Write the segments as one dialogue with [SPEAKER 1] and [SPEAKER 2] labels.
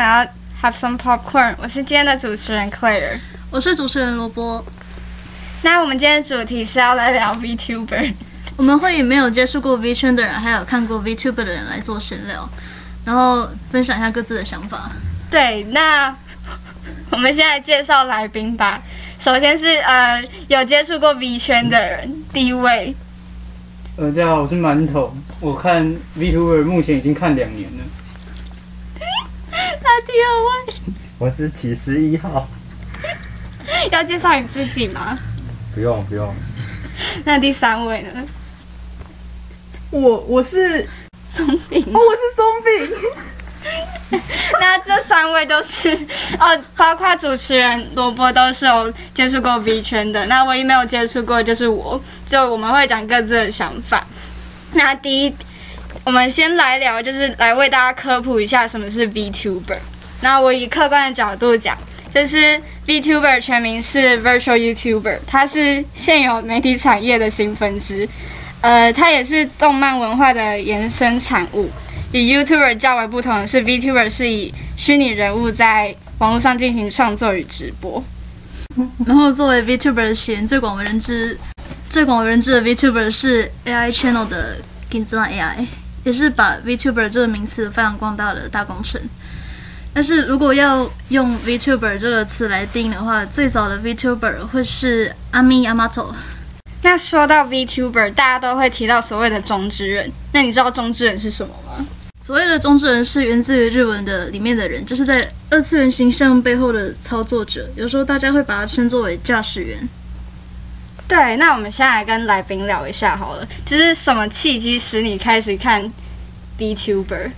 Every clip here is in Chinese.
[SPEAKER 1] Have some popcorn。我是今天的主持人 Claire。
[SPEAKER 2] 我是主持人罗波，
[SPEAKER 1] 那我们今天的主题是要来聊 VTuber。
[SPEAKER 2] 我们会以没有接触过 V 圈的人，还有看过 VTuber 的人来做闲聊，然后分享一下各自的想法。
[SPEAKER 1] 对，那我们先来介绍来宾吧。首先是呃有接触过 V 圈的人，第一位，
[SPEAKER 3] 呃，大家好，我是馒头。我看 VTuber 目前已经看两年了。
[SPEAKER 1] 那第二
[SPEAKER 4] 我是骑士一号，
[SPEAKER 1] 位要介绍你自己吗？
[SPEAKER 4] 不用不用，
[SPEAKER 1] 那第三位 呢？
[SPEAKER 5] 我我是
[SPEAKER 1] 松饼。
[SPEAKER 5] 哦，我是松饼，
[SPEAKER 1] 那这三位都是哦，包括主持人萝卜都是有接触过 V 圈的。那唯一没有接触过的就是我，就我们会讲各自的想法。那第一，我们先来聊，就是来为大家科普一下什么是 VTuber。那我以客观的角度讲，就是 VTuber 全名是 Virtual YouTuber，它是现有媒体产业的新分支，呃，它也是动漫文化的延伸产物。与 YouTuber 较为不同的是，VTuber 是以虚拟人物在网络上进行创作与直播。
[SPEAKER 2] 然后作为 VTuber 的起源，最广为人知、最广为人知的 VTuber 是 AI Channel 的 Ginzan AI，也是把 VTuber 这个名词发扬光大的大工程。但是如果要用 VTuber 这个词来定义的话，最早的 VTuber 会是阿米阿 t o
[SPEAKER 1] 那说到 VTuber，大家都会提到所谓的中之人。那你知道中之人是什么吗？
[SPEAKER 2] 所谓的中之人是源自于日文的里面的人，就是在二次元形象背后的操作者。有时候大家会把它称作为驾驶员。
[SPEAKER 1] 对，那我们先来跟来宾聊一下好了，就是什么契机使你开始看 VTuber？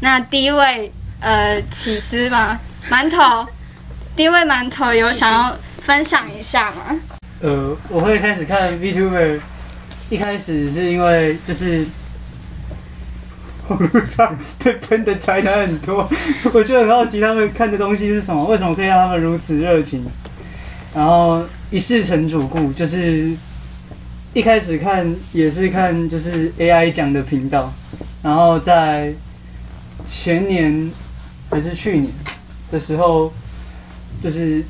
[SPEAKER 1] 那第一位，呃，起司吗？馒头，第一位馒头有想要分享一下吗？
[SPEAKER 3] 呃，我会开始看 VTuber，一开始是因为就是网络上被喷的宅男很多， 我就很好奇他们看的东西是什么，为什么可以让他们如此热情？然后一试成主顾，就是一开始看也是看就是 AI 讲的频道，然后在前年还是去年的时候，就是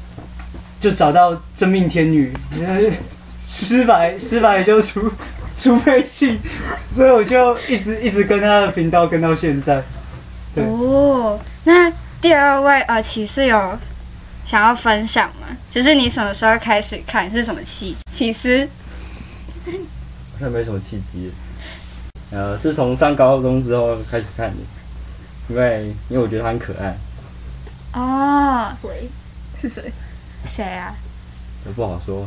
[SPEAKER 3] 就找到真命天女， 就是失败失败就出出配信，所以我就一直一直跟他的频道跟到现在。对
[SPEAKER 1] 哦，那第二位呃，骑士有想要分享吗？就是你什么时候开始看是什么契机？骑士
[SPEAKER 4] 好像没什么契机。呃，是从上高中之后开始看的，因为因为我觉得他很可爱，
[SPEAKER 1] 哦，
[SPEAKER 2] 谁？
[SPEAKER 5] 是谁？
[SPEAKER 1] 谁啊？
[SPEAKER 4] 也不好说。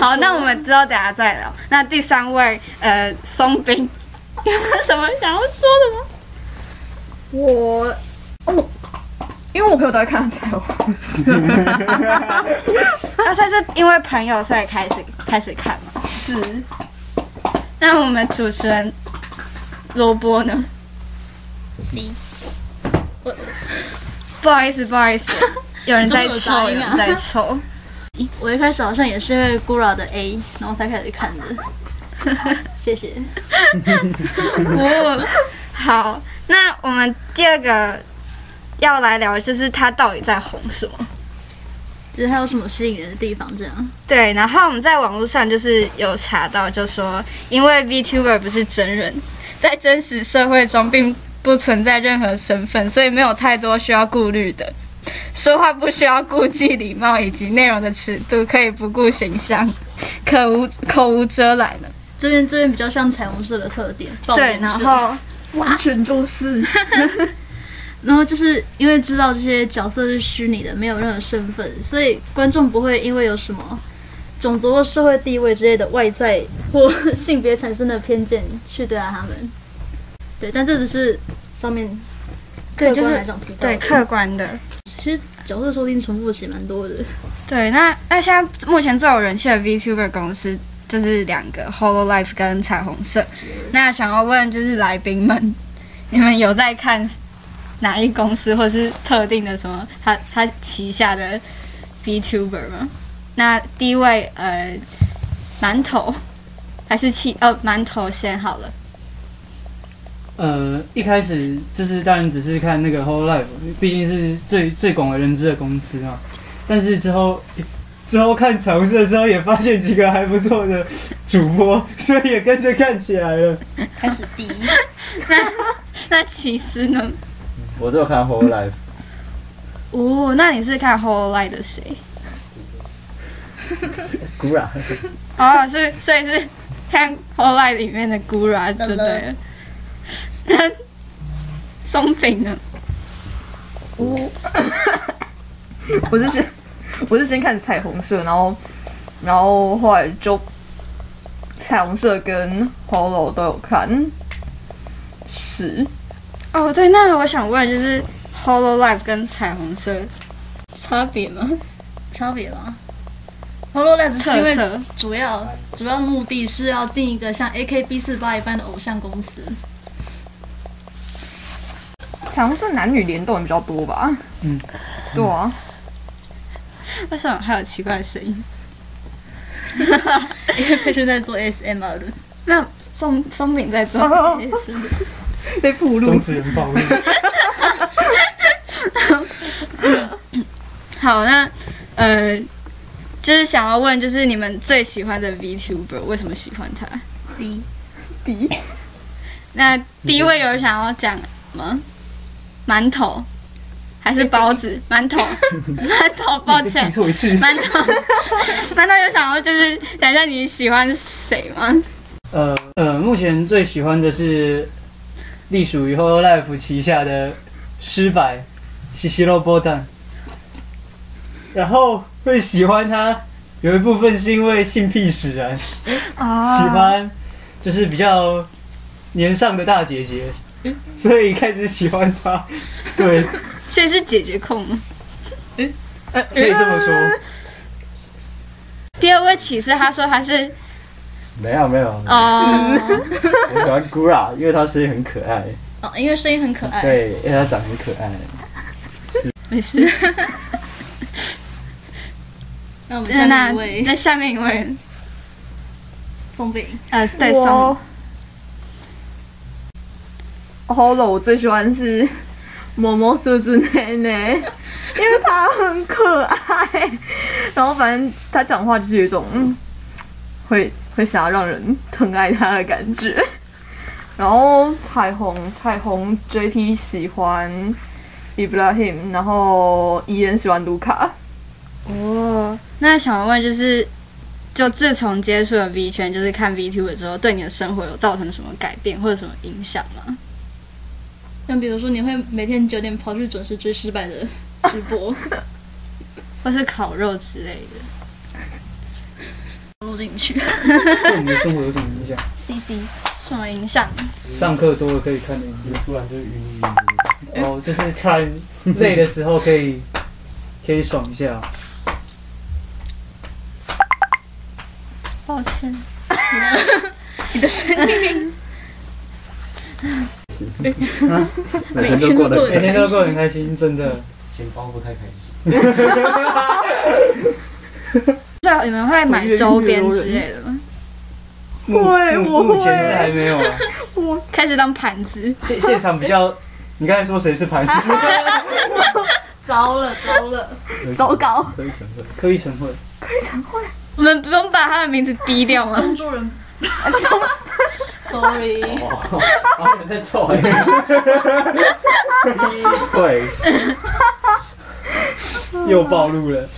[SPEAKER 1] 好，那我们之后等下再聊。那第三位呃，松饼 有没有什么想要说的吗？
[SPEAKER 5] 我哦，因为我朋友都在看彩虹社，
[SPEAKER 1] 啊，所以是因为朋友所以开始开始看嘛。
[SPEAKER 5] 是
[SPEAKER 1] 那我们主持人萝卜呢？不好意思，不好意思，有人在
[SPEAKER 2] 你
[SPEAKER 1] 抽
[SPEAKER 2] 中文，
[SPEAKER 1] 有
[SPEAKER 2] 有杂音啊
[SPEAKER 1] 人在抽。
[SPEAKER 2] 我一开始好像也是因为 Gura 的 A，然后才开始看的。谢谢。
[SPEAKER 1] 哦，好，那我们第二个要来聊，就是他到底在红什么？
[SPEAKER 2] 就是还有什么吸引人的地方？这样
[SPEAKER 1] 对，然后我们在网络上就是有查到，就说因为 VTuber 不是真人，在真实社会中并不存在任何身份，所以没有太多需要顾虑的。说话不需要顾忌礼貌以及内容的尺度，可以不顾形象，可无口无遮拦的。
[SPEAKER 2] 这边这边比较像彩虹社的特点。爆
[SPEAKER 1] 对，
[SPEAKER 2] 点
[SPEAKER 1] 然
[SPEAKER 2] 社
[SPEAKER 1] 后
[SPEAKER 5] 完全就是
[SPEAKER 2] 然后就是因为知道这些角色是虚拟的，没有任何身份，所以观众不会因为有什么种族或社会地位之类的外在或性别产生的偏见去对待他们。对，但这只是上面
[SPEAKER 1] 对
[SPEAKER 2] 客
[SPEAKER 1] 就是
[SPEAKER 2] 观来讲提到
[SPEAKER 1] 对
[SPEAKER 2] 的
[SPEAKER 1] 客观的。
[SPEAKER 2] 其实角色设定重复其实蛮多的。
[SPEAKER 1] 对，那那现在目前最有人气的 VTuber 公司就是两个 Hololive 跟彩虹社。那想要问就是来宾们， 你们有在看哪一公司或是特定的什么他他旗下的 VTuber 吗？那第一位呃，馒头还是气哦，馒头先好了。
[SPEAKER 3] 呃，一开始就是当然只是看那个 Whole Life，毕竟是最最广为人知的公司嘛。但是之后之后看尝试的时候，也发现几个还不错的主播，所以也跟着看起来了。
[SPEAKER 1] 开始第一。 那那其实呢？
[SPEAKER 4] 我只有看 Whole Life，
[SPEAKER 1] 哦，那你是看 Whole Life 的谁？
[SPEAKER 4] 古然
[SPEAKER 1] 哦，是所以是看 Whole Life 里面的 Gura 就对了。那 松饼呢？
[SPEAKER 5] 我我是先我是先看彩虹社，然后然后后来就彩虹社跟红楼都有看，是
[SPEAKER 1] 哦，对，那我想问，就是 Whole Life 跟彩虹色差别吗？
[SPEAKER 2] 差别吗？Hololive 是因
[SPEAKER 1] 特
[SPEAKER 2] 为
[SPEAKER 1] 色
[SPEAKER 2] 主要主要目的是要进一个像 AKB 四八一般的偶像公司，
[SPEAKER 5] 彩虹社男女联动也比较多吧？
[SPEAKER 3] 嗯，
[SPEAKER 5] 对啊，
[SPEAKER 1] 为什么还有奇怪的声音？
[SPEAKER 2] 因为培训在做 SMR 的。
[SPEAKER 1] 那松松饼在做
[SPEAKER 5] 哦
[SPEAKER 1] 也是
[SPEAKER 5] 被俘
[SPEAKER 3] 中
[SPEAKER 5] 虏。
[SPEAKER 3] 指人暴力。
[SPEAKER 1] 好，那呃，就是想要问，就是你们最喜欢的 VTuber 为什么喜欢他？
[SPEAKER 2] 第一，
[SPEAKER 5] 敌
[SPEAKER 1] 那第一位有人想要讲吗？馒头还是包 子？馒头，馒头，抱
[SPEAKER 3] 你再
[SPEAKER 1] 歉
[SPEAKER 3] 记，错一次。
[SPEAKER 1] 馒头， 馒头有想要就是讲一下你喜欢谁吗？
[SPEAKER 3] 呃呃，目前最喜欢的是隶属于 Whole Life 旗下的失败西西洛波蛋，然后会喜欢他有一部分是因为性癖使然，喜
[SPEAKER 1] 啊
[SPEAKER 3] 欢就是比较年上的大姐姐，所以开始喜欢她。对，
[SPEAKER 1] 所以是姐姐控吗？
[SPEAKER 3] 可以这么说。
[SPEAKER 1] 第二位启示他说他是
[SPEAKER 4] 没有没有，
[SPEAKER 1] 哦，
[SPEAKER 4] 我喜欢古然，因为他声音很可爱，
[SPEAKER 2] 哦，因为声音很可爱。
[SPEAKER 4] 对，因为他长得很可爱。
[SPEAKER 1] 没事。
[SPEAKER 2] 那我们下
[SPEAKER 1] 那
[SPEAKER 2] 面一位
[SPEAKER 1] 那下面一位，
[SPEAKER 2] 松饼，
[SPEAKER 1] 呃，对，
[SPEAKER 5] 我
[SPEAKER 1] 松
[SPEAKER 5] Holo 我最喜欢是 某某素子奶奶，因为她很可爱，然后反正她讲话就是有一种嗯，会会想要让人疼爱她的感觉。然后彩虹彩虹 JP 喜欢 Ibrahim，然后伊恩喜欢卢卡。
[SPEAKER 1] 哦，那想问就是，就自从接触了 V 圈，就是看 VTuber 之后，对你的生活有造成什么改变或者什么影响吗？
[SPEAKER 2] 像比如说你会每天九点跑去准时追失败的直播
[SPEAKER 1] 或是烤肉之类的？
[SPEAKER 2] 录进去。
[SPEAKER 3] 对你的生活有什么影响？
[SPEAKER 2] C C，
[SPEAKER 1] 什么影响？
[SPEAKER 3] 上课多了可以看的影片
[SPEAKER 4] 突然就晕 晕
[SPEAKER 3] 哦，就是看累的时候可以可以爽一下。
[SPEAKER 1] 抱歉，
[SPEAKER 5] 你的声音，
[SPEAKER 4] 每天都过得
[SPEAKER 3] 每天都过得很开心，真的。
[SPEAKER 4] 钱包不太开心。
[SPEAKER 1] 这你们会买周边之类的吗？
[SPEAKER 3] 目
[SPEAKER 5] 会
[SPEAKER 3] 目
[SPEAKER 5] 我
[SPEAKER 3] 目前是
[SPEAKER 5] 会
[SPEAKER 3] 还没有 啊，
[SPEAKER 1] 开始当盘子，
[SPEAKER 3] 现现场比较。你刚才说谁是盘子？
[SPEAKER 2] 糟了糟了，
[SPEAKER 5] 糟糕，
[SPEAKER 4] 真可恶
[SPEAKER 3] 科一晨会，
[SPEAKER 5] 非常会
[SPEAKER 1] 我们不用把他的名字逼掉吗？
[SPEAKER 2] 中州人，sorry，
[SPEAKER 4] 好像在臭哎。对，
[SPEAKER 3] 又暴露了。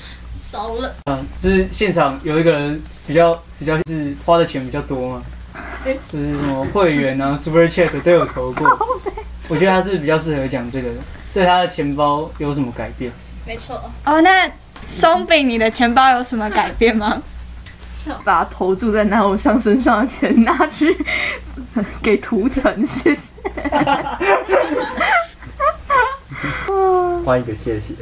[SPEAKER 2] 糟了，
[SPEAKER 3] 嗯，就是现场有一个人比较比较是花的钱比较多嘛，
[SPEAKER 5] 哎
[SPEAKER 3] 就是什么会员 啊、Super Chat 都有投过。我觉得他是比较适合讲这个的，对他的钱包有什么改变？
[SPEAKER 2] 没错，
[SPEAKER 1] 哦，那松饼，你的钱包有什么改变吗？
[SPEAKER 5] 把投注在男偶像身上的钱拿去给涂层，谢谢。
[SPEAKER 4] 换一个谢谢。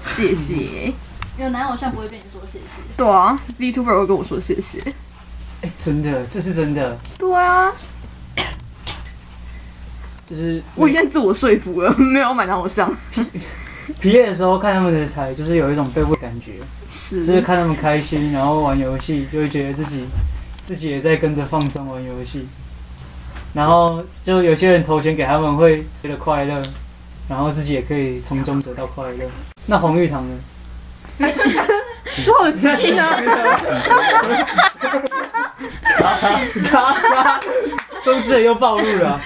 [SPEAKER 5] 谢谢。
[SPEAKER 2] 有男偶像不会跟你说谢谢。
[SPEAKER 5] 对啊，Vtuber 会跟我说谢谢。
[SPEAKER 3] 哎、真的，这是真的，
[SPEAKER 5] 对啊，
[SPEAKER 3] 就是
[SPEAKER 5] 我已经自我说服了，没有买到我上。
[SPEAKER 3] 毕业的时候看他们的台，就是有一种被喂感觉，就是
[SPEAKER 5] 是，
[SPEAKER 3] 看他们开心，然后玩游戏，就会觉得自己自己也在跟着放松玩游戏。然后就有些人投钱给他们会觉得快乐，然后自己也可以从中得到快乐。那红玉堂呢？
[SPEAKER 5] 说好奇心啊！
[SPEAKER 3] 嘎嘎，周志伟又暴露了啊、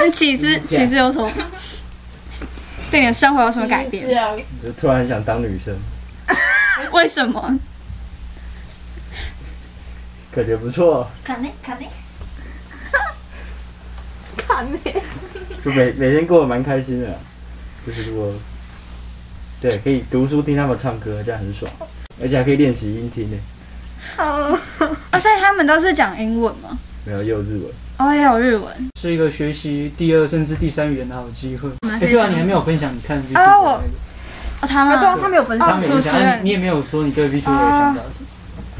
[SPEAKER 1] 那起司起司有什么？对你的生活有什么改变？
[SPEAKER 2] 啊
[SPEAKER 4] 就突然想当女生，
[SPEAKER 1] 为什么？
[SPEAKER 4] 感觉不错，
[SPEAKER 2] 卡内卡内，
[SPEAKER 5] 看你
[SPEAKER 4] 就每每天过得蛮开心的啊、就是如果对可以读书听他们唱歌，这样很爽，而且还可以练习音听呢，
[SPEAKER 5] 啊！
[SPEAKER 1] 哦，所以他们都是讲英文吗？
[SPEAKER 4] 没有幼稚文，
[SPEAKER 1] 哦，也有日文。
[SPEAKER 3] 是一个学习第二甚至第三语言的好机会。
[SPEAKER 2] 们
[SPEAKER 3] 哎、
[SPEAKER 2] 还可以
[SPEAKER 3] 对啊，你还没有分享你看 v t u
[SPEAKER 1] 啊
[SPEAKER 3] b
[SPEAKER 1] 我
[SPEAKER 3] e
[SPEAKER 1] 哦，他
[SPEAKER 5] 啊，
[SPEAKER 1] 们
[SPEAKER 5] 对啊，他没有分
[SPEAKER 3] 那个，他
[SPEAKER 5] 享
[SPEAKER 3] 没
[SPEAKER 1] 啊
[SPEAKER 3] 有
[SPEAKER 1] 主
[SPEAKER 3] 分享
[SPEAKER 1] 持人啊
[SPEAKER 3] 啊你你也没有说你对 v t u b e 想到什么，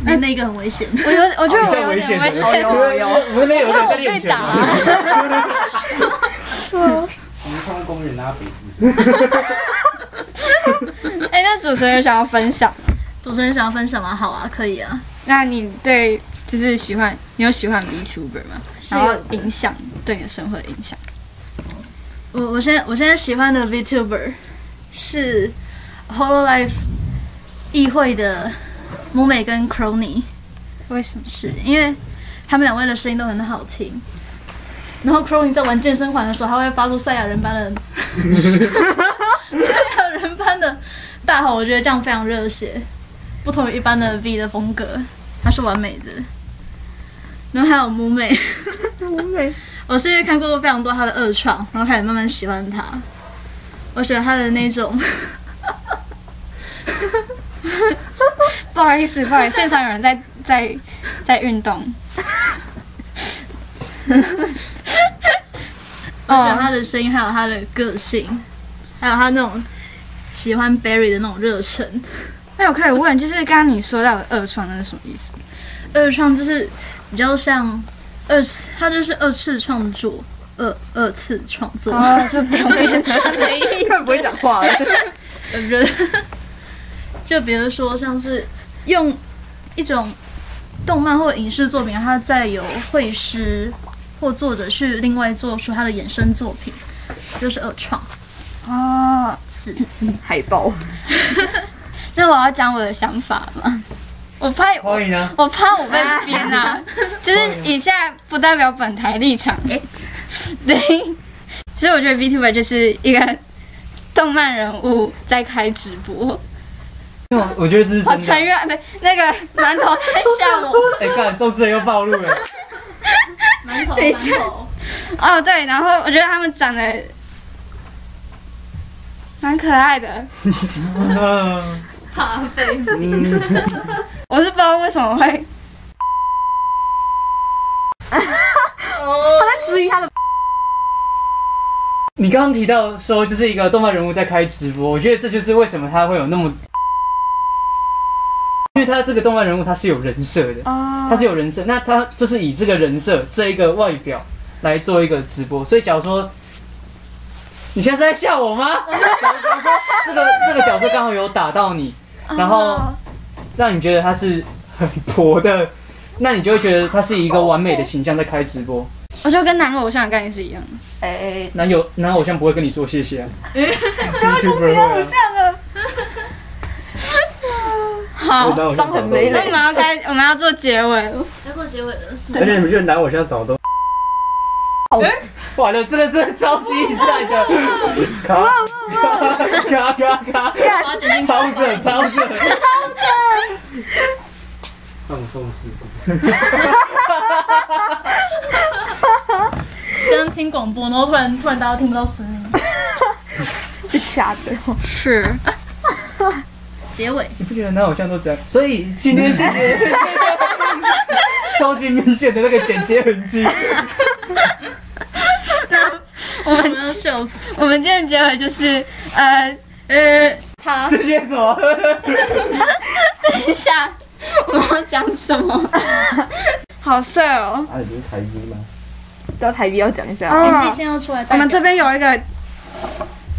[SPEAKER 2] 那那个很危险。
[SPEAKER 1] 我有，我觉得
[SPEAKER 3] 比较
[SPEAKER 1] 我有
[SPEAKER 3] 危险
[SPEAKER 1] 点危险，
[SPEAKER 3] 的
[SPEAKER 5] 哦有有有，
[SPEAKER 3] 我们那边有人在
[SPEAKER 1] 被
[SPEAKER 3] 练拳
[SPEAKER 1] 打
[SPEAKER 3] 吗？
[SPEAKER 1] 啊。
[SPEAKER 6] 我们上公园拿笔，
[SPEAKER 1] 哎，那主持人想要分享，
[SPEAKER 2] 主持人想要分享吗？好啊，可以啊。
[SPEAKER 1] 那你对就是喜欢，你有喜欢 VTuber 吗？然后影响对你的生活的影响。
[SPEAKER 2] 我我现在我现在喜欢的 VTuber 是 Hololive 议会的木美跟 Crony，
[SPEAKER 1] 为什么？
[SPEAKER 2] 是因为他们两位的声音都很好听。然后 Crony 在玩健身环的时候，他会发出赛亚人般的赛亚人般的大吼，我觉得这样非常热血，不同于一般的 V 的风格，它是完美的。然后还有木美。
[SPEAKER 5] 我没
[SPEAKER 2] 我是看过非常多他的二创，然后开始慢慢喜欢他。我喜欢他的那种，
[SPEAKER 1] 不好意思，不好意思，现场有人在在在运 动。
[SPEAKER 2] 我喜欢
[SPEAKER 1] 哦，
[SPEAKER 2] 他的声音，还有他的个性，还有他那种喜欢 Barry 的那种热忱。
[SPEAKER 1] 那我可以问，就是刚刚你说到的二创，那是什么意思？
[SPEAKER 2] 二创就是比较像二次，他就是二次创作，二二次创作。
[SPEAKER 1] 哦，就不 用变成
[SPEAKER 5] 他不会讲话了。
[SPEAKER 2] 呃，不是 就比如说像是用一种动漫或影视作品，它再由绘师或作者去另外做出它的衍生作品，就是二创。
[SPEAKER 1] 哦。
[SPEAKER 2] 是，
[SPEAKER 5] 海报，
[SPEAKER 1] 那我要讲我的想法 吗？我怕我
[SPEAKER 3] 欢迎啊！
[SPEAKER 1] 我怕我被编 啊，就是以下不代表本台立场。
[SPEAKER 3] 啊
[SPEAKER 1] 对，所以我觉得 VTuber 就是一个动漫人物在开直播。哦
[SPEAKER 3] 因为 我我觉得这是
[SPEAKER 1] 我
[SPEAKER 3] 真的
[SPEAKER 1] 承。认，不，啊那个馒头在笑我。
[SPEAKER 3] 哎、干，周志伟又暴露了。
[SPEAKER 2] 馒头
[SPEAKER 1] 等一下
[SPEAKER 2] 头，
[SPEAKER 1] 哦，对，然后我觉得他们长得蛮可爱的。
[SPEAKER 3] 嗯
[SPEAKER 2] 咖啡。
[SPEAKER 1] 我是不知道为什么会，
[SPEAKER 5] 他在质疑他的。
[SPEAKER 3] 你刚刚提到说，就是一个动漫人物在开直播，我觉得这就是为什么他会有那么，因为他这个动漫人物他是有人设的，他是有人设，那他就是以这个人设这一个外表来做一个直播，所以假如说，你现在是在笑我吗？假如说这个这个角色刚好有打到你，然后让你觉得他是很婆的，那你就会觉得他是以一个完美的形象在开直播，
[SPEAKER 1] 我就跟男偶像的概念是一样的。
[SPEAKER 5] 哎，
[SPEAKER 3] 男友男偶像不会跟你说谢谢啊，不要攻
[SPEAKER 5] 偶像了，
[SPEAKER 1] 好，
[SPEAKER 4] 男偶像
[SPEAKER 5] 伤痕累
[SPEAKER 1] 那我
[SPEAKER 5] 累
[SPEAKER 1] 们要该我们要做结尾了。
[SPEAKER 2] 要做结尾了，
[SPEAKER 4] 而且你们觉得男偶像找都
[SPEAKER 3] 完了，这个真的超级赞的，
[SPEAKER 4] 卡，
[SPEAKER 3] 嘎嘎嘎
[SPEAKER 2] 我要剪进去。
[SPEAKER 3] ，thousand thousand，
[SPEAKER 6] 放松事故。
[SPEAKER 2] 刚刚听广播，然后突然突然大家听不到声音。
[SPEAKER 5] 被掐的。
[SPEAKER 1] 是，
[SPEAKER 2] 结尾，
[SPEAKER 3] 你不觉得男偶像都这样？所以今天这些超级明显的那个剪接痕迹，
[SPEAKER 1] 我
[SPEAKER 2] 我
[SPEAKER 1] 们
[SPEAKER 2] 们要笑死。
[SPEAKER 1] 我们今天的结尾就是呃呃， 好，
[SPEAKER 3] 这些什么？
[SPEAKER 1] 等一下，我要讲什么？ 好色哦！
[SPEAKER 4] 啊，你不是台一吗？
[SPEAKER 5] 到台 B 要讲一下，
[SPEAKER 2] 年纪现在要出来代
[SPEAKER 1] 哦
[SPEAKER 2] 表，
[SPEAKER 1] 我们这边有一个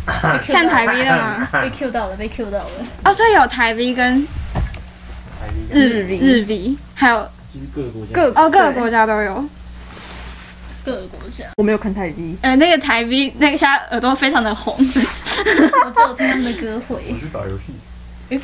[SPEAKER 2] 被 Q 到
[SPEAKER 1] 看
[SPEAKER 2] 了
[SPEAKER 1] 台 V 的吗？
[SPEAKER 2] 被 Q 到了，被 Q 到了。
[SPEAKER 1] 哦，所以有台 V 跟
[SPEAKER 6] 台币
[SPEAKER 1] 日
[SPEAKER 5] 日 V
[SPEAKER 1] 日 V，还有哦
[SPEAKER 6] 就是各个国家
[SPEAKER 5] 嗯各
[SPEAKER 1] 哦各个
[SPEAKER 5] 对
[SPEAKER 1] 国家都有。
[SPEAKER 2] 各个国家，
[SPEAKER 5] 我没有看泰迪，
[SPEAKER 1] 呃，那个台 V 那个现在耳朵非常的红，
[SPEAKER 2] 我只有听他们的歌会。
[SPEAKER 4] 去打游戏。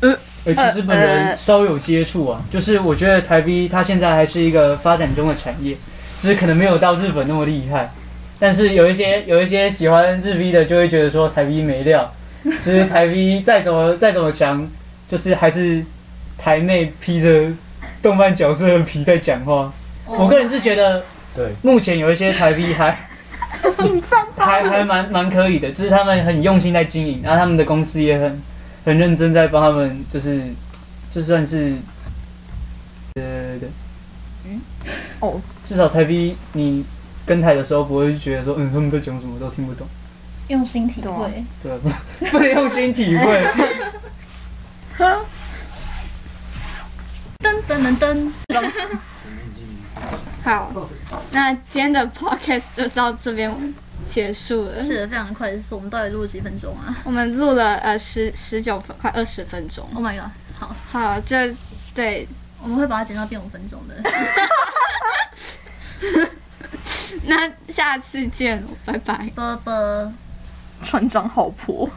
[SPEAKER 3] 呃，其实本人稍有接触啊，就是我觉得台 B 它现在还是一个发展中的产业，就是可能没有到日本那么厉害，但是有一些有一些喜欢日 B 的就会觉得说台 B 没料，就是台 B 再怎么再怎么强，就是还是台妹披着动漫角色的皮在讲话。我个人是觉得，
[SPEAKER 4] 对，
[SPEAKER 3] 目前有一些台 B 还还还蛮蛮可以的，就是他们很用心在经营，然后他们的公司也很很认真在帮他们，就是就算是，对对对，
[SPEAKER 2] 嗯，
[SPEAKER 5] 哦，
[SPEAKER 3] 至少台 B 你跟台的时候不会觉得说，嗯，他们在讲什么都听不懂，
[SPEAKER 2] 用心体
[SPEAKER 5] 懂啊
[SPEAKER 2] 会。
[SPEAKER 3] 对吧？ 不不能用心体会，
[SPEAKER 2] 噔噔噔噔，
[SPEAKER 1] 好，那今天的 podcast 就到这边结束了。
[SPEAKER 2] 是的，非常的快速。我们到底录了几分钟啊
[SPEAKER 1] 我们录了呃十十九分快二十分钟，
[SPEAKER 2] ？Oh my god！好，
[SPEAKER 1] 好，这对，
[SPEAKER 2] 我们会把它剪到变五分钟的。
[SPEAKER 1] 那下次见，拜拜。
[SPEAKER 2] 啵啵。
[SPEAKER 5] 船长好婆。